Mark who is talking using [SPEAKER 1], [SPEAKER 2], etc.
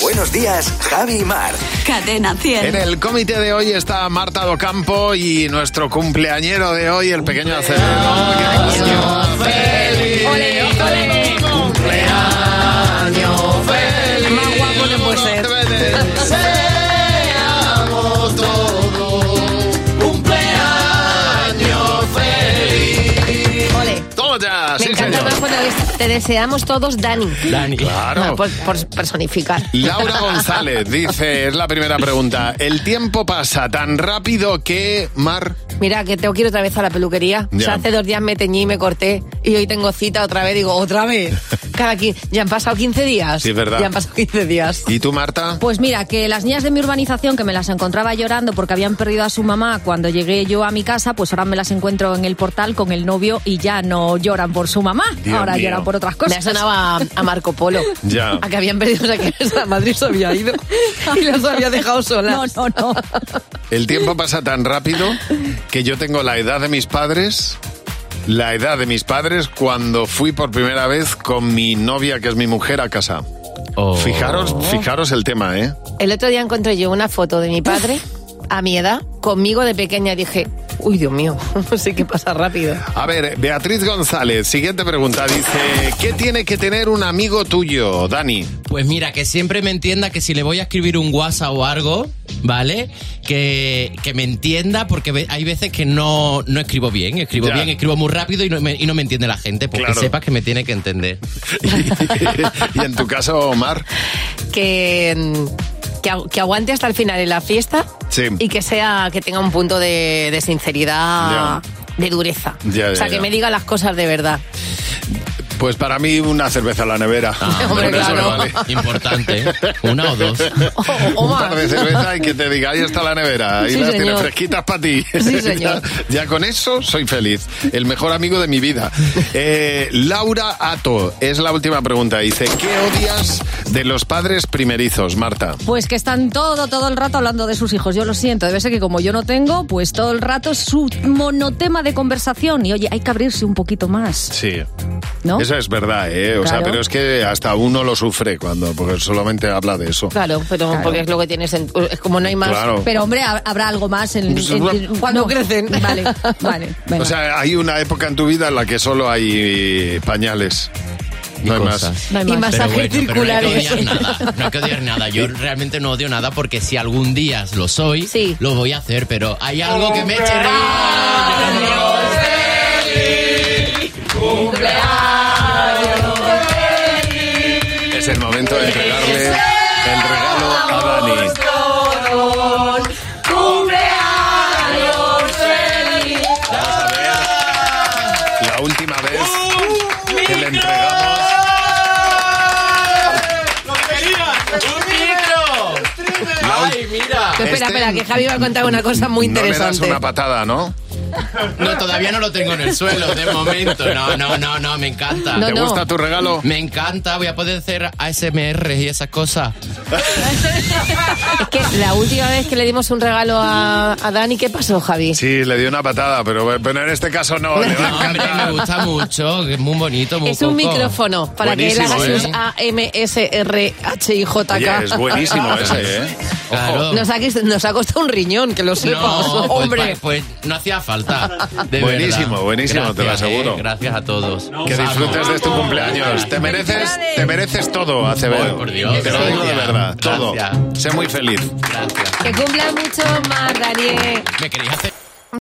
[SPEAKER 1] Buenos días, Javi y Mar.
[SPEAKER 2] Cadena 100.
[SPEAKER 3] En el comité de hoy está Marta Docampo y nuestro cumpleañero de hoy, el pequeño Acevedo.
[SPEAKER 4] feliz!
[SPEAKER 2] Ole, ole.
[SPEAKER 4] ¡Cumpleaños feliz!
[SPEAKER 2] Más guapo no puede ser.
[SPEAKER 4] ¡Seamos todos! ¡Cumpleaños feliz!
[SPEAKER 5] Ole.
[SPEAKER 3] ¡Toma ya!
[SPEAKER 5] Me
[SPEAKER 3] ¡Sí,
[SPEAKER 5] encanta
[SPEAKER 3] señor!
[SPEAKER 5] más cuando dices, te deseamos todos Dani. Ah,
[SPEAKER 4] Dani.
[SPEAKER 3] Claro.
[SPEAKER 5] Por, por personificar.
[SPEAKER 3] Laura González dice, es la primera pregunta, el tiempo pasa tan rápido que Mar...
[SPEAKER 5] Mira, que tengo que ir otra vez a la peluquería. O
[SPEAKER 3] Ya.
[SPEAKER 5] sea, hace dos días me teñí y me corté. Y hoy tengo cita otra vez. Digo, otra vez. Cada qui- ya han pasado 15 días.
[SPEAKER 3] Sí, es verdad.
[SPEAKER 5] Ya han pasado 15 días.
[SPEAKER 3] ¿Y tú, Marta?
[SPEAKER 6] Pues mira, que las niñas de mi urbanización que me las encontraba llorando porque habían perdido a su mamá cuando llegué yo a mi casa, pues ahora me las encuentro en el portal con el novio y ya no lloran por su mamá,
[SPEAKER 3] Dios
[SPEAKER 6] ahora
[SPEAKER 3] mío.
[SPEAKER 6] lloran por otras
[SPEAKER 5] Me
[SPEAKER 6] cosas.
[SPEAKER 5] sonaba a, a Marco Polo.
[SPEAKER 3] Ya.
[SPEAKER 5] A que habían perdido, o sea, que a Madrid se había ido. Y los había dejado
[SPEAKER 6] No,
[SPEAKER 5] solas.
[SPEAKER 6] no, no.
[SPEAKER 3] El tiempo pasa tan rápido que yo tengo la edad de mis padres, la edad de mis padres cuando fui por primera vez con mi novia, que es mi mujer, a casa.
[SPEAKER 5] Oh.
[SPEAKER 3] Fijaros, fijaros el tema, ¿eh?
[SPEAKER 5] El otro día encontré yo una foto de mi padre a mi edad, conmigo de pequeña. Y dije, uy, Dios mío, sí que pasa rápido.
[SPEAKER 3] A ver, Beatriz González, siguiente pregunta. Dice, ¿qué tiene que tener un amigo tuyo, Dani?
[SPEAKER 4] Pues mira, que siempre me entienda que si le voy a escribir un WhatsApp o algo, ¿vale? Que, que me entienda porque ve- hay veces que no, no escribo bien, escribo
[SPEAKER 3] Ya.
[SPEAKER 4] bien, escribo muy rápido y no me, y no me entiende la gente, porque
[SPEAKER 3] Claro.
[SPEAKER 4] sepas que me tiene que entender.
[SPEAKER 3] y en tu caso, Omar.
[SPEAKER 5] que, mm, que, agu- que aguante hasta el final en la fiesta
[SPEAKER 3] Sí.
[SPEAKER 5] y que sea que tenga un punto de, de sinceridad.
[SPEAKER 3] Ya.
[SPEAKER 5] De dureza.
[SPEAKER 3] Ya,
[SPEAKER 5] o sea,
[SPEAKER 3] ya,
[SPEAKER 5] que
[SPEAKER 3] ya.
[SPEAKER 5] me diga las cosas de verdad.
[SPEAKER 3] Pues para mí una cerveza a la nevera.
[SPEAKER 5] Ah, hombre,
[SPEAKER 3] Con eso me
[SPEAKER 5] claro.
[SPEAKER 3] vale.
[SPEAKER 4] Ah, Importante, ¿eh? una o dos.
[SPEAKER 5] o
[SPEAKER 3] un
[SPEAKER 5] más.
[SPEAKER 3] par de cerveza y que te diga, ahí está la nevera, ahí
[SPEAKER 5] Sí,
[SPEAKER 3] las
[SPEAKER 5] señor.
[SPEAKER 3] tienes fresquitas para ti.
[SPEAKER 5] Sí, señor.
[SPEAKER 3] ya, ya con eso soy feliz. El mejor amigo de mi vida. Eh, Laura Ato, es la última pregunta. Dice, ¿qué odias de los padres primerizos, Marta?
[SPEAKER 6] Pues que están todo, todo el rato hablando de sus hijos. Yo lo siento, debe ser que como yo no tengo, pues todo el rato es su monotema de conversación. Y oye, hay que abrirse un poquito más,
[SPEAKER 3] Sí.
[SPEAKER 6] ¿no?
[SPEAKER 3] Eso es verdad, ¿eh? O sea,
[SPEAKER 6] Claro.
[SPEAKER 3] pero es que hasta uno lo sufre cuando, porque solamente habla de eso.
[SPEAKER 5] Claro, pero porque es lo que tienes. en- es como no hay más.
[SPEAKER 3] Claro.
[SPEAKER 6] Pero hombre, ha- habrá algo más en,
[SPEAKER 3] Pues,
[SPEAKER 6] en-
[SPEAKER 3] bueno.
[SPEAKER 5] Cuando
[SPEAKER 6] no.
[SPEAKER 5] crecen.
[SPEAKER 6] Vale, vale. venga.
[SPEAKER 3] O sea, hay una época en tu vida en la que solo hay pañales.
[SPEAKER 4] Y
[SPEAKER 3] No hay más.
[SPEAKER 4] cosas.
[SPEAKER 6] No hay
[SPEAKER 5] Y
[SPEAKER 6] más.
[SPEAKER 5] masajes
[SPEAKER 4] pero no hay que
[SPEAKER 5] circulares.
[SPEAKER 4] odiar nada. No hay que odiar nada. Yo realmente no odio nada porque si algún día lo soy,
[SPEAKER 5] Sí.
[SPEAKER 4] lo voy a hacer. Pero hay algo que me chirría.
[SPEAKER 3] Es el momento de entregarle el regalo a Dani. Vamos a ver la última vez que le entregamos.
[SPEAKER 4] ¡Ay, mira!
[SPEAKER 5] Espera,
[SPEAKER 3] Este-
[SPEAKER 5] espera, que Javi va a contar una cosa muy
[SPEAKER 3] No le das
[SPEAKER 5] interesante.
[SPEAKER 3] una patada, ¿no?
[SPEAKER 4] No, todavía no lo tengo en el suelo de momento. No, no, no, no, me encanta.
[SPEAKER 5] No,
[SPEAKER 3] ¿Te
[SPEAKER 5] no.
[SPEAKER 3] gusta tu regalo?
[SPEAKER 4] Me encanta, voy a poder hacer ASMR y esas cosas.
[SPEAKER 5] Es que la última vez que le dimos un regalo a, a Dani, ¿qué pasó, Javi?
[SPEAKER 3] Sí, le di una patada, pero, pero en este caso no. Le va
[SPEAKER 4] No,
[SPEAKER 3] a
[SPEAKER 4] hombre, me
[SPEAKER 3] encantar.
[SPEAKER 4] gusta mucho, que es muy bonito, muy
[SPEAKER 5] Es un
[SPEAKER 4] coco.
[SPEAKER 5] micrófono para que él haga
[SPEAKER 3] Buenísimo,
[SPEAKER 5] sus
[SPEAKER 4] ¿eh?
[SPEAKER 5] A, M, S, R, H, I, J, K.
[SPEAKER 3] Oye, es buenísimo ese, ¿eh?
[SPEAKER 4] Claro.
[SPEAKER 5] Nos ha, nos ha costado un riñón, que lo sepas.
[SPEAKER 4] No, pues,
[SPEAKER 5] Hombre,
[SPEAKER 4] pa- pues, no hacía falta. de
[SPEAKER 3] Buenísimo,
[SPEAKER 4] verdad.
[SPEAKER 3] buenísimo, te lo
[SPEAKER 4] Gracias,
[SPEAKER 3] aseguro.
[SPEAKER 4] eh, gracias a todos.
[SPEAKER 3] Que disfrutes de tu cumpleaños. Te mereces, te mereces todo, Acevedo.
[SPEAKER 4] Ay, por Dios.
[SPEAKER 3] Te lo digo de verdad. Todo.
[SPEAKER 4] Gracias.
[SPEAKER 3] Sé muy feliz.
[SPEAKER 4] Gracias.
[SPEAKER 5] que cumpla mucho más, Daniel.
[SPEAKER 4] ¿Me queréis hacer?